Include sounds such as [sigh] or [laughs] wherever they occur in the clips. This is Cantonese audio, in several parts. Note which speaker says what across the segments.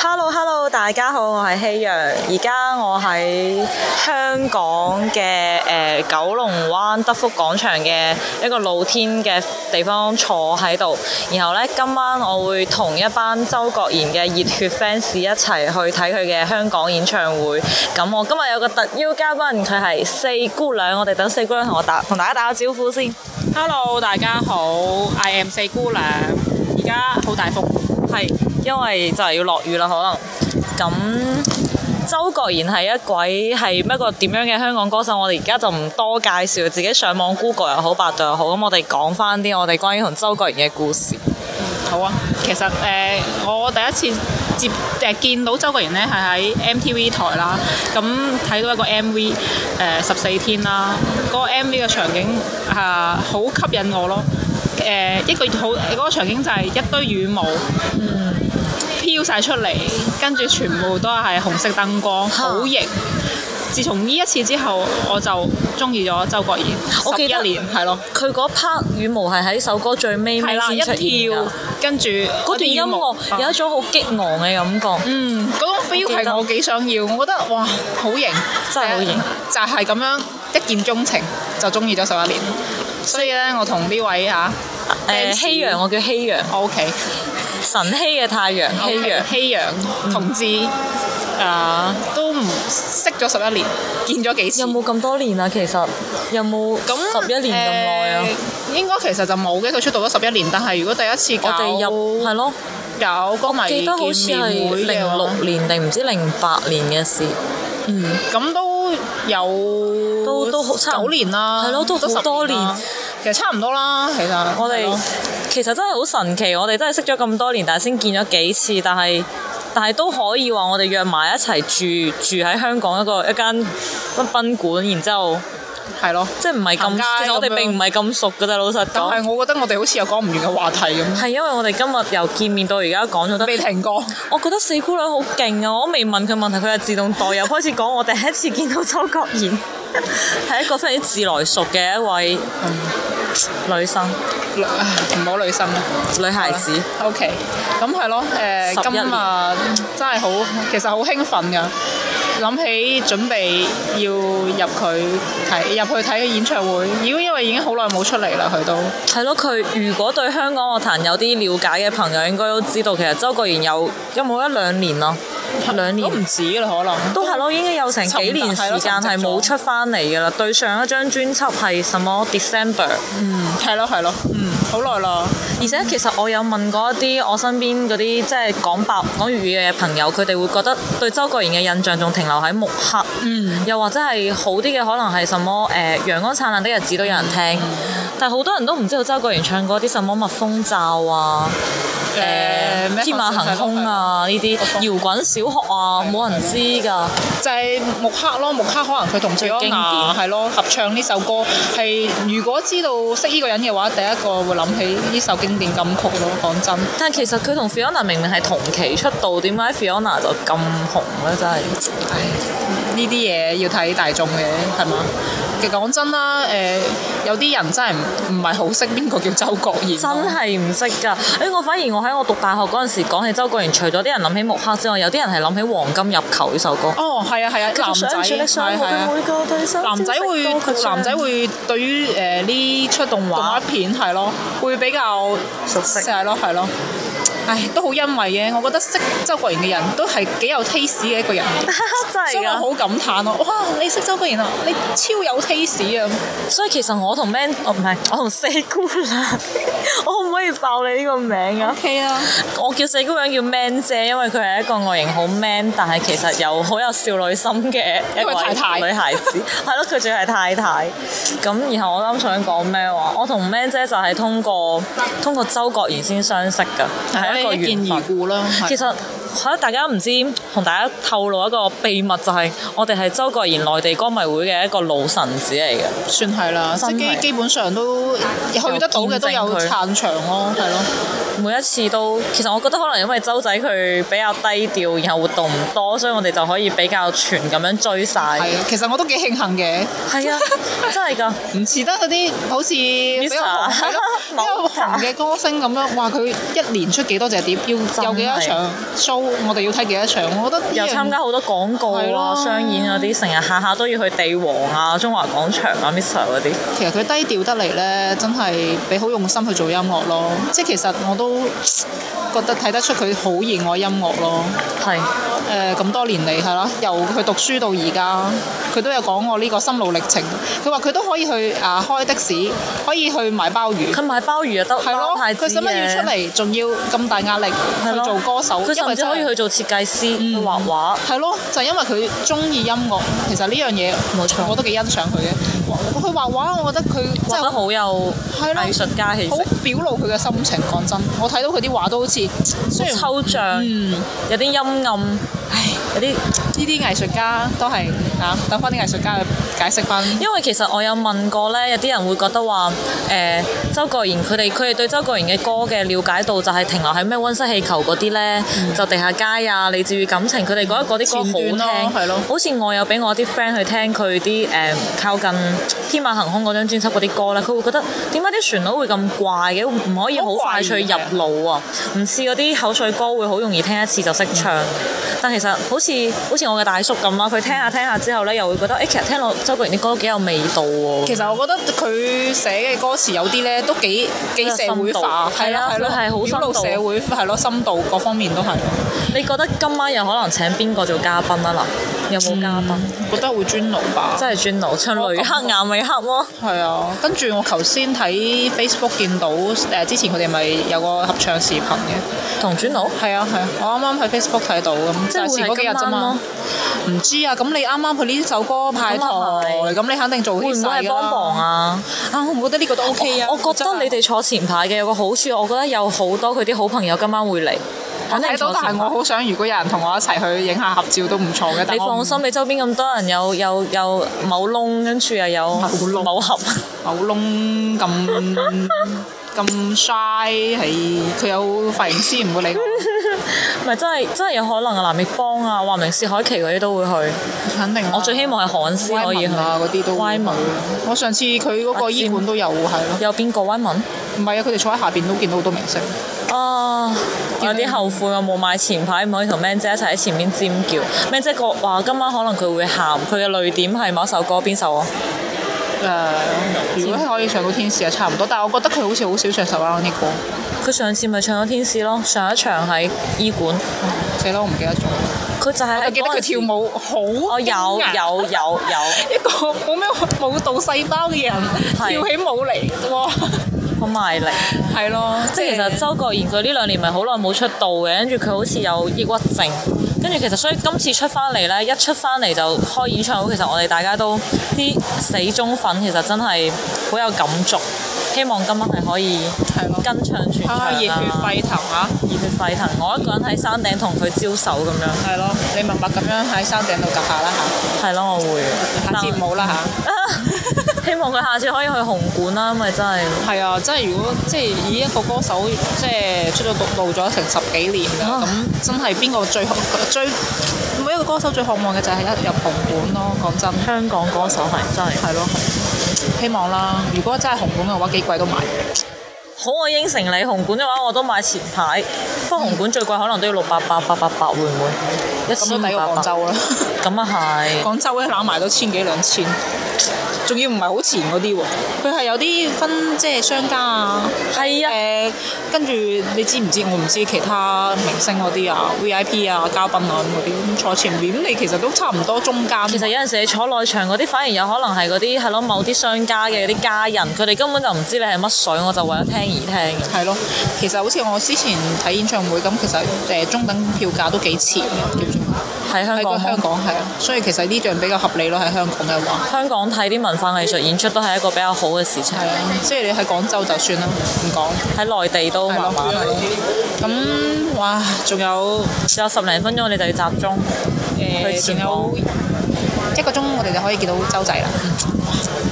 Speaker 1: Hello Hello，大家好，我係希陽，而家我喺香港嘅誒、呃九龍灣德福廣場嘅一個露天嘅地方坐喺度，然後呢，今晚我會同一班周國賢嘅熱血 fans 一齊去睇佢嘅香港演唱會。咁我今日有個特邀嘉賓，佢係四姑娘，我哋等四姑娘同我打同大家打個招呼先。
Speaker 2: Hello，大家好，I am 四姑娘，而家好大風，
Speaker 1: 係，因為就係要落雨啦，可能咁。周國賢係一位係一個點樣嘅香港歌手，我哋而家就唔多介紹，自己上網 Google 又好，百度又好，咁我哋講翻啲我哋關於同周國賢嘅故事。
Speaker 2: 好啊。其實誒、呃我第一次接誒、呃、見到周國賢呢係喺 MTV 台啦，咁睇到一個 MV 誒十四天啦，嗰、個 MV 嘅場景啊好、吸引我咯。誒、一個好嗰、個場景就係一堆羽毛。飄晒出嚟，跟住全部都係紅色燈光，好型。自從呢一次之後，我就中意咗周國賢，
Speaker 1: 我
Speaker 2: 十
Speaker 1: 記得
Speaker 2: 一年係咯。
Speaker 1: 佢嗰 part 羽毛係喺首歌最尾
Speaker 2: 係
Speaker 1: 尾
Speaker 2: 啦，
Speaker 1: 先
Speaker 2: 一
Speaker 1: 出現㗎
Speaker 2: 跳，跟住
Speaker 1: 嗰段啊音樂有一種好激昂嘅感覺。
Speaker 2: 嗯嗰種 feel
Speaker 1: 我記得
Speaker 2: 係我幾想要，我覺得哇好型，
Speaker 1: 真係好型，
Speaker 2: 就係咁樣一見鍾情就中意咗十一年，所以咧我同呢位嚇
Speaker 1: 誒希陽，我叫希陽，
Speaker 2: 我屋企
Speaker 1: 晨曦嘅太陽，希嗯陽。
Speaker 2: 希陽同志誒都唔識咗十一年，見咗幾次
Speaker 1: 有。冇咁多年啊？其實有冇
Speaker 2: 咁
Speaker 1: 十一年咁耐啊？
Speaker 2: 誒應該其實就冇嘅，佢出道咗十一年，但係如果第一次
Speaker 1: 我
Speaker 2: 搞
Speaker 1: 哋入係咯，
Speaker 2: 搞歌迷
Speaker 1: 記得好似
Speaker 2: 見
Speaker 1: 係
Speaker 2: 面會啊
Speaker 1: 零
Speaker 2: 嘅話
Speaker 1: 六年定唔知零八年嘅事，
Speaker 2: 嗯，咁都有
Speaker 1: 都都好差唔
Speaker 2: 九年啦，
Speaker 1: 係咯都好
Speaker 2: 十
Speaker 1: 多年
Speaker 2: 啦，其實差唔多啦，其實
Speaker 1: 我
Speaker 2: 係
Speaker 1: 哋
Speaker 2: 咯
Speaker 1: 其實真係好神奇，我哋真係識咗咁多年，但係先見咗幾次，但係但係都可以話我哋約埋一齊住住喺香港一個一間賓館，然之後
Speaker 2: 係咯，
Speaker 1: 即係唔係咁，
Speaker 2: 行街
Speaker 1: 其實我哋
Speaker 2: 咁樣
Speaker 1: 並唔係咁熟㗎咋，老實
Speaker 2: 但
Speaker 1: 講。
Speaker 2: 係我覺得我哋好似有講唔完嘅話題咁，
Speaker 1: 係因為我哋今日由見面到而家講咗得
Speaker 2: 未停過。
Speaker 1: 我覺得四姑娘好勁啊！我都未問佢問題，佢就自動代入開始講。我第一次見到周國賢， [laughs] 係一個非常之自來熟嘅一位嗯女生、
Speaker 2: 唉唔好女生啦
Speaker 1: 女孩子。
Speaker 2: O K，咁係咯，誒、
Speaker 1: 11
Speaker 2: 今日真係好，其實好興奮㗎。諗起準備要入佢睇入去睇嘅演唱會，如果因為已經好耐冇出嚟啦，佢都
Speaker 1: 係咯，佢如果對香港樂壇有啲了解嘅朋友，應該都知道其實周國賢有有冇一兩年咯，兩年
Speaker 2: 都唔止啦，可能
Speaker 1: 都係咯，應該有成幾年時間係冇出翻嚟㗎啦。對上一張專輯係什麼 December？
Speaker 2: 嗯係咯係咯，嗯好耐啦。
Speaker 1: 而且其實我有問過一啲我身邊嗰啲即係講白講粵語嘅朋友，佢哋會覺得對周國賢嘅印象仲停留喺木刻，
Speaker 2: 嗯
Speaker 1: 又或者係好啲嘅可能係什麼誒、呃陽光燦爛的日子都有人聽，
Speaker 2: 嗯
Speaker 1: 但係好多人都唔知道周國賢唱過啲什麼蜜蜂罩啊、
Speaker 2: 誒
Speaker 1: 誒、
Speaker 2: 咩
Speaker 1: 天馬行空啊呢啲搖滾小學啊，冇人知㗎。
Speaker 2: 就係木克咯，木克可能佢同謝安娜係
Speaker 1: [laughs]
Speaker 2: 咯合唱呢首歌，係如果知道識呢個人嘅話，第一個會諗起呢首經典金曲咯。講真，
Speaker 1: 但係其實佢同 Fiona 明明係同期出道，點解 Fiona 就咁紅咧？真係
Speaker 2: 唉，呢啲嘢要睇大眾嘅係嘛？其實講真啦，誒、有啲人真係唔唔係好識邊個叫周國賢咯，
Speaker 1: 真係唔識㗎。誒、哎我反而我喺我讀大學嗰陣時講起周國賢，除咗啲人諗起木刻之外，有啲人係諗起《黃金入球》呢首歌。
Speaker 2: 哦，係啊係啊，男仔係係啊。男仔會男仔會對於誒呢出動畫片係咯，會比較
Speaker 1: 熟悉
Speaker 2: 係咯係咯。唉，都好欣慰嘅，我覺得識周國賢嘅人都係幾有 taste 嘅一個人，
Speaker 1: [laughs] [laughs] 真係
Speaker 2: 所以我
Speaker 1: 㗎。
Speaker 2: 好感嘆咯。哇！你識周國賢啊，你超有 taste 啊！
Speaker 1: 所以其實我同 Man，哦唔係，我同四姑娘， [laughs] 我可唔可以爆你呢個名啊？
Speaker 2: OK 啊，
Speaker 1: 我叫四姑娘叫 Man 姐，因為佢係一個外形好 man，但係其實有好有少女心嘅一位
Speaker 2: 因為太太
Speaker 1: 女孩
Speaker 2: [laughs]
Speaker 1: 子。係咯，佢仲係太太。咁然後我啱想講咩話？我同 Man 姐就係通過通過周國賢先相識㗎，係一個
Speaker 2: 我哋啊一
Speaker 1: 緣
Speaker 2: 見
Speaker 1: 分
Speaker 2: 如。故啦。係
Speaker 1: 其實係啊咯，大家唔知同大家透露一個秘密，就係、我哋係周國賢內地歌迷會嘅一個老臣子嚟嘅。
Speaker 2: 算係啦，即
Speaker 1: 真係
Speaker 2: 係基基本上都去得到嘅都有
Speaker 1: 見證佢
Speaker 2: 撐場咯，係咯。
Speaker 1: 每一次都，其實我覺得可能因為周仔佢比較低調，然後活動唔多，所以我哋就可以比較全咁樣追晒。
Speaker 2: 係啊，其實我都幾慶幸嘅。
Speaker 1: 係
Speaker 2: [laughs]
Speaker 1: 啊，真係㗎。
Speaker 2: 唔似得嗰啲好似比較紅
Speaker 1: Lisa [laughs]
Speaker 2: 係咯
Speaker 1: 啊
Speaker 2: 比較紅嘅歌星咁樣，哇！佢一年出幾多隻碟，要有幾多場 show 我哋要睇幾多場？我覺得呢
Speaker 1: 又
Speaker 2: 樣
Speaker 1: 參加好多廣告
Speaker 2: 係
Speaker 1: 啊、
Speaker 2: 咯
Speaker 1: 商演嗰啲，成日下下都要去地王啊、中華廣場啊、Mr 嗰啲。
Speaker 2: 其實佢低調得嚟呢，真係俾好用心去做音樂咯。即係其實我都覺得睇得出佢好熱愛音樂咯。
Speaker 1: 係，
Speaker 2: 誒、咁多年嚟係啦，由佢讀書到而家，佢都有講我呢個心路歷程。佢話佢都可以去啊開的士，可以去賣鮑魚。
Speaker 1: 佢賣鮑魚又得，
Speaker 2: 係咯，
Speaker 1: 包太子
Speaker 2: 佢使乜要出
Speaker 1: 嘅？
Speaker 2: 嚟，仲要咁大壓力
Speaker 1: 係
Speaker 2: 去
Speaker 1: 咯
Speaker 2: 做歌手？
Speaker 1: 佢
Speaker 2: 因為
Speaker 1: 甚至
Speaker 2: 真係
Speaker 1: 可以去做設計師、去
Speaker 2: 嗯
Speaker 1: 畫畫。
Speaker 2: 係咯，就係因為佢中意音樂，其實呢樣嘢
Speaker 1: 冇錯
Speaker 2: 我都幾欣賞佢嘅。佢畫畫，我覺得佢真
Speaker 1: 畫
Speaker 2: 係
Speaker 1: 得好有
Speaker 2: 係咯
Speaker 1: 藝術家氣
Speaker 2: 好
Speaker 1: 息，
Speaker 2: 表露佢嘅心情。講真，我睇到佢啲畫都好似雖然
Speaker 1: 抽象，
Speaker 2: 嗯，
Speaker 1: 有啲陰暗，
Speaker 2: 唉，
Speaker 1: 有啲。
Speaker 2: 呢啲藝術家都係啊，等翻啲藝術家去解釋翻。
Speaker 1: 因為其實我有問過咧，有啲人會覺得話誒、周國賢佢哋佢哋對周國賢嘅歌嘅了解度就係停留喺咩温室氣球嗰啲咧，就地下街啊、李志與感情，佢哋覺得嗰啲歌好
Speaker 2: 嗯前段啊咯係咯
Speaker 1: 聽，好似我有俾我啲 friend 去聽佢啲誒靠近天馬行空嗰張專輯嗰啲歌咧，佢會覺得點解啲旋律會咁怪嘅，唔可以好快脆入腦啊，唔似嗰啲口水歌會好容易聽一次就識唱。
Speaker 2: 嗯
Speaker 1: 但其實好似好似我嘅大叔咁啊啦，佢聽下聽下之後咧，又會覺得誒、欸其實聽落周國賢啲歌都幾有味道喎。
Speaker 2: 其實我覺得佢寫嘅歌詞有啲咧都幾幾社會化，
Speaker 1: 都有深度係啊
Speaker 2: 咯
Speaker 1: 佢係好
Speaker 2: 表
Speaker 1: 深度
Speaker 2: 露社會係咯深度各方面都係。
Speaker 1: 你覺得今晚有可能請邊個做嘉賓啊？嗱，有冇嘉賓？
Speaker 2: 覺得會專錄吧。
Speaker 1: 真係專奴唱雷克雅未克喎，
Speaker 2: 係啊，跟住我頭先睇 Facebook 見到誒、之前佢哋咪有個合唱視頻嘅，
Speaker 1: 同專奴，
Speaker 2: 係啊係啊，我啱啱喺 Facebook 睇到咁，
Speaker 1: 即
Speaker 2: 就
Speaker 1: 係
Speaker 2: 係
Speaker 1: 會
Speaker 2: 前嗰
Speaker 1: 係
Speaker 2: 幾日
Speaker 1: 今
Speaker 2: 啫
Speaker 1: 晚咯
Speaker 2: 嘛。。唔知啊，咁你啱啱佢呢首歌派台，
Speaker 1: 咁啊
Speaker 2: 咁你肯定做
Speaker 1: 會唔
Speaker 2: 啲
Speaker 1: 會係幫忙啊？
Speaker 2: 啊，我唔覺得呢個都 OK 啊。
Speaker 1: 我覺得你哋坐前排嘅有個好處，我覺得有好多佢啲好朋友今晚會嚟，
Speaker 2: 我
Speaker 1: 肯定
Speaker 2: 睇到，
Speaker 1: 坐前
Speaker 2: 但係我
Speaker 1: 排。
Speaker 2: 好想如果有人同我一齊去影下合照都唔錯嘅。但
Speaker 1: 你
Speaker 2: 我唔
Speaker 1: 放心，你周邊咁多人，有有有某窿，跟住又有
Speaker 2: 某窿
Speaker 1: 某盒，
Speaker 2: 口窿咁咁 shy，係佢有髮型師唔會理我，
Speaker 1: 咪真係真係有可能啊！藍奕邦啊、華明、薛凱琪嗰啲都會去。
Speaker 2: 肯定啦啊
Speaker 1: 我最希望係韓師可以
Speaker 2: 歪文
Speaker 1: 去。
Speaker 2: 啊嗰啲都
Speaker 1: 歪
Speaker 2: 會去
Speaker 1: 文
Speaker 2: 我上次佢嗰個醫館都有係咯，
Speaker 1: 有邊個威文？
Speaker 2: 唔係啊，佢哋坐喺下邊都見到好多明星。
Speaker 1: 啊！有啲後悔我冇買前排，唔可以同 Man 姐一齊喺前面尖叫。Man 姐個話今晚可能佢會喊，佢嘅淚點係某一首歌，邊首啊？
Speaker 2: 誒、如果可以上到天使啊，差唔多，但係我覺得佢好似好少唱手啊拉呢歌，
Speaker 1: 佢上次咪唱咗《天使》咯，上一場喺醫館，
Speaker 2: 死啦，我唔記得咗。
Speaker 1: 佢就係
Speaker 2: 我記得佢跳
Speaker 1: 舞。
Speaker 2: 舞好，
Speaker 1: 我
Speaker 2: 我
Speaker 1: 哦有有有有，
Speaker 2: 一個 [laughs] 冇咩舞蹈細胞嘅人
Speaker 1: 係
Speaker 2: 跳起舞嚟喎，
Speaker 1: 好賣力。
Speaker 2: 係咯，
Speaker 1: 即係其實周國賢佢呢兩年咪好耐冇出道嘅，跟住佢好似有抑鬱症，跟住其實所以今次出翻嚟呢，一出翻嚟就開演唱會，其實我哋大家都啲死忠粉其實真係好有感觸，希望今晚係可以
Speaker 2: 係咯
Speaker 1: 跟唱全場
Speaker 2: 啊
Speaker 1: 啦，
Speaker 2: 熱血沸騰啊！
Speaker 1: 熱血沸騰，我一個人喺山頂同佢招手咁樣，
Speaker 2: 係咯，你默默咁樣喺山頂度夾下啦
Speaker 1: 係咯，我會
Speaker 2: 嚇，下次
Speaker 1: [laughs]
Speaker 2: 唔好啦嚇。
Speaker 1: 但 [laughs] 希望佢下次可以去紅館啦，因為真係。
Speaker 2: 係啊，即係如果即係以一個歌手，即係出咗道路咗成十幾年啦，
Speaker 1: 啊
Speaker 2: 咁、真係邊個最渴最每一個歌手最渴望嘅就係一入紅館咯。講真，
Speaker 1: 香港歌手係真係
Speaker 2: 係咯，希望啦。如果真係紅館嘅話，幾貴都買。
Speaker 1: 好，我應承你紅館嘅話，我都買前排。不過紅館最貴可能都要六百八、八百八，會唔會？一
Speaker 2: 咁
Speaker 1: 千
Speaker 2: 都
Speaker 1: 五百
Speaker 2: 抵過廣
Speaker 1: 八。
Speaker 2: 州啦。
Speaker 1: 咁啊係，
Speaker 2: 廣州咧攬埋都千幾兩千，仲要唔係好前嗰啲喎，佢係有啲分即係商家啊。
Speaker 1: 係
Speaker 2: 誒、
Speaker 1: 啊，
Speaker 2: 跟住你知唔知？我唔知其他明星嗰啲啊、VIP 啊、嘉賓啊咁嗰啲，咁坐前面咁你其實都差唔多中間。
Speaker 1: 其實有陣時你坐內場嗰啲，反而有可能係嗰啲係咯，某啲商家嘅嗰啲家人，佢哋根本就唔知你係乜水，我就為咗聽而聽嘅。
Speaker 2: 係咯，其實好似我之前睇演唱會咁，其實誒、中等票價都幾錢嘅，叫做
Speaker 1: 喺香
Speaker 2: 喺個
Speaker 1: 港
Speaker 2: 香
Speaker 1: 香
Speaker 2: 港係啊，所以其實呢樣比較合理咯，喺香港嘅話。
Speaker 1: 香港睇啲文化藝術演出都係一個比較好嘅事情
Speaker 2: 係，啊，即係你喺廣州就算啦，唔講。
Speaker 1: 喺內地都
Speaker 2: 係
Speaker 1: 麻
Speaker 2: 咯
Speaker 1: 麻地。，
Speaker 2: 咁哇，仲有
Speaker 1: 仲有十零分鐘，我哋就要集中。去
Speaker 2: 誒，仲、
Speaker 1: 前往
Speaker 2: 有一個鐘，我哋就可以見到周仔啦。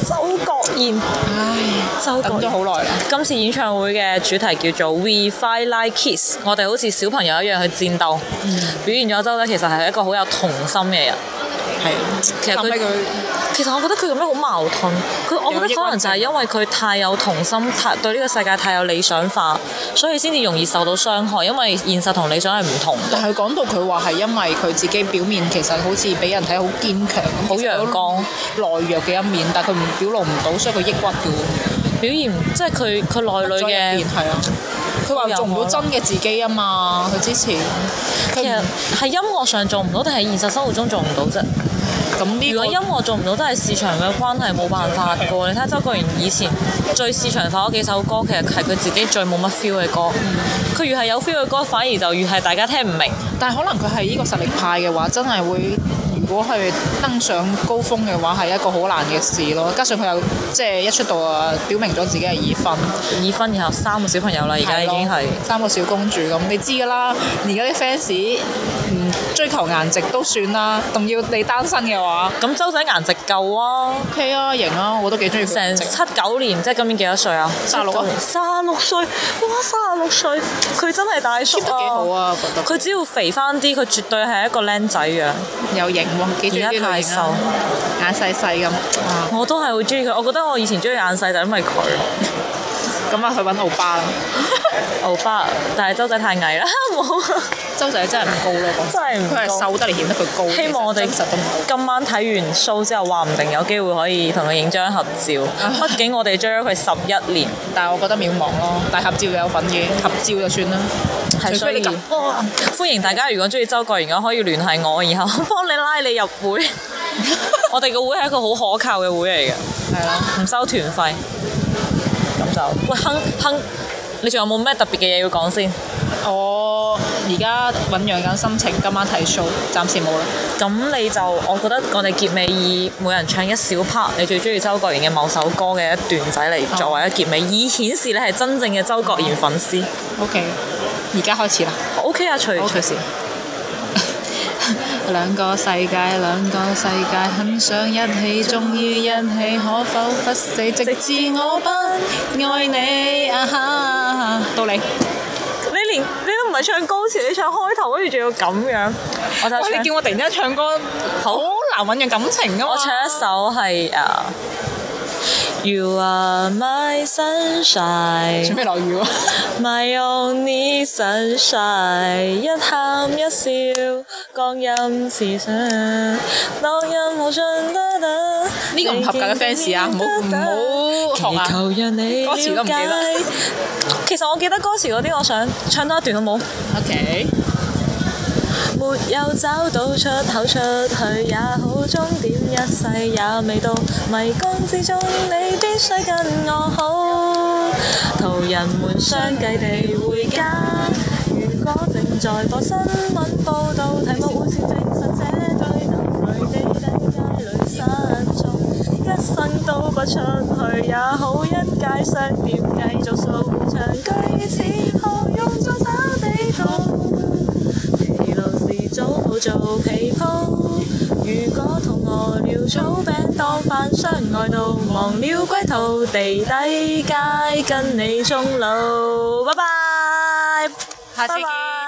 Speaker 1: 周國賢，
Speaker 2: 唉，
Speaker 1: 周
Speaker 2: 等
Speaker 1: 國
Speaker 2: 咗
Speaker 1: 賢。
Speaker 2: 好耐啦。
Speaker 1: 今次演唱會嘅主題叫做 We Fight Like Kids，我嗯哋好似小朋友一樣去戰鬥。表現咗之後咧，其實係一個好有童心嘅人。
Speaker 2: 係
Speaker 1: 其實佢
Speaker 2: 諗起佢
Speaker 1: 其實我覺得佢咁樣好矛盾，佢我覺
Speaker 2: 有
Speaker 1: 得
Speaker 2: 抑鬱症
Speaker 1: 可能就係因為佢太有童心，太對呢個世界太有理想化，所以先至容易受到傷害，因為現實同理想係唔同嘅。
Speaker 2: 但係講到佢話係因為佢自己表面其實好似俾人睇好堅強，
Speaker 1: 好陽光、
Speaker 2: 懦弱嘅一面，但係佢唔表露唔到，所以佢抑鬱嘅喎。
Speaker 1: 表現即係佢佢內裏
Speaker 2: 再入
Speaker 1: 嘅
Speaker 2: 邊，係啊，佢話做唔到真嘅自己啊嘛，佢之前佢
Speaker 1: 其實
Speaker 2: 唔
Speaker 1: 係音樂上做唔到，定係現實生活中做唔到啫？
Speaker 2: 咁呢
Speaker 1: 如果
Speaker 2: 個
Speaker 1: 音樂做唔到，都係市場嘅關係冇辦法嘅喎。你睇下周國賢以前最市場化嗰幾首歌，其實係佢自己最冇乜 feel 嘅歌。佢越係有 feel 嘅歌，反而就越係大家聽唔明。
Speaker 2: 但係可能佢係呢個實力派嘅話，真係會如果係登上高峰嘅話，係一個好難嘅事咯。加上佢又即係一出道啊，表明咗自己係已婚，
Speaker 1: 已婚然後三個小朋友啦，而家已經係
Speaker 2: 咯。三個小公主咁，你知㗎啦。而家啲 fans 唔追求顏值都算啦，仲要你單身嘅話
Speaker 1: 咁周仔顏值夠啊！
Speaker 2: ，OK 啊，型啊，我都幾中意佢
Speaker 1: 成
Speaker 2: 顏值。
Speaker 1: 七九年，即係今年幾多歲啊？
Speaker 2: 三十六啊
Speaker 1: 三十六歲，哇！三十六歲，佢真係大叔
Speaker 2: keep 得幾好！啊，我覺得
Speaker 1: 佢只要肥翻啲，佢絕對係一個靚仔啊樣。
Speaker 2: 有型喎，幾中意呢類型啊眼細細咁。啊
Speaker 1: 我都係會中意佢，我覺得我以前中意眼細就係因為佢
Speaker 2: 咁啊，去揾歐巴啦。
Speaker 1: 歐巴，但係周仔太矮啦， [laughs] 冇。
Speaker 2: 周仔真係唔高咯，講
Speaker 1: 真係唔高
Speaker 2: 佢係瘦得嚟顯得佢高。
Speaker 1: 希望我哋
Speaker 2: 其實真實都唔高
Speaker 1: 今晚睇完 show 之後，話唔定有機會可以同佢影張合照。
Speaker 2: 啊
Speaker 1: 畢竟我哋追咗佢十一年，
Speaker 2: 但係我覺得渺茫咯，但係合照有份嘅，合照就算啦。
Speaker 1: 係
Speaker 2: 除非你
Speaker 1: 需要
Speaker 2: 咁，哇
Speaker 1: 歡迎大家如果中意周國賢嘅，可以聯繫我，然
Speaker 2: [laughs]
Speaker 1: 後幫你拉你入會。我哋個會係一個好可靠嘅會嚟嘅，
Speaker 2: 係啦，
Speaker 1: 唔收團費。咁就喂亨亨，你仲有冇咩特別嘅嘢要講先？
Speaker 2: 我而家醖釀緊心情，今晚睇 show，暫時冇啦。
Speaker 1: 咁你就我覺得我哋結尾以每人唱一小 part 你最中意周國賢嘅某首歌嘅一段仔嚟作為一結尾，以顯示你係真正嘅周國賢粉絲。
Speaker 2: OK，而家開始啦，
Speaker 1: O K 啊，隨
Speaker 2: 好
Speaker 1: 隨
Speaker 2: 隨時。 [laughs] 兩個世界，兩個世界，很想一起，終於一起，可否不死，直至我不愛你啊哈！到你，
Speaker 1: 你連你都唔係唱高潮，你唱開頭，跟住仲要咁樣，我就
Speaker 2: 喂，
Speaker 1: 唱
Speaker 2: 你叫我突然之間唱歌，好難揾嘅感情噶嘛。
Speaker 1: 我唱一首係啊。You are my
Speaker 2: 準
Speaker 1: sunshine,
Speaker 2: 備落雨喎。
Speaker 1: my only sunshine。一喊一笑，光陰似水，當音無盡得得。
Speaker 2: 呢個唔合格嘅 fans 啊，唔好唔好學啊！
Speaker 1: 祈求讓你
Speaker 2: 歌詞都唔記得
Speaker 1: 了解。其實我記得歌詞嗰啲，我想唱多一段好冇？
Speaker 2: OK，
Speaker 1: 沒有找到出口出去也好，終點一世也未到。迷宮之中，你必須跟我好。途人們相繼地回家。如果正在播新聞報道，題目會是證實這對男女地低街裏失蹤，一生都不出去也好，一街商店繼續掃場，居此何用再找地圖？疲勞時早冇做被鋪。如果肚餓了，早餅當飯，相愛到忘了歸途，地底街跟你終老。拜拜，
Speaker 2: 下次見
Speaker 1: 拜拜。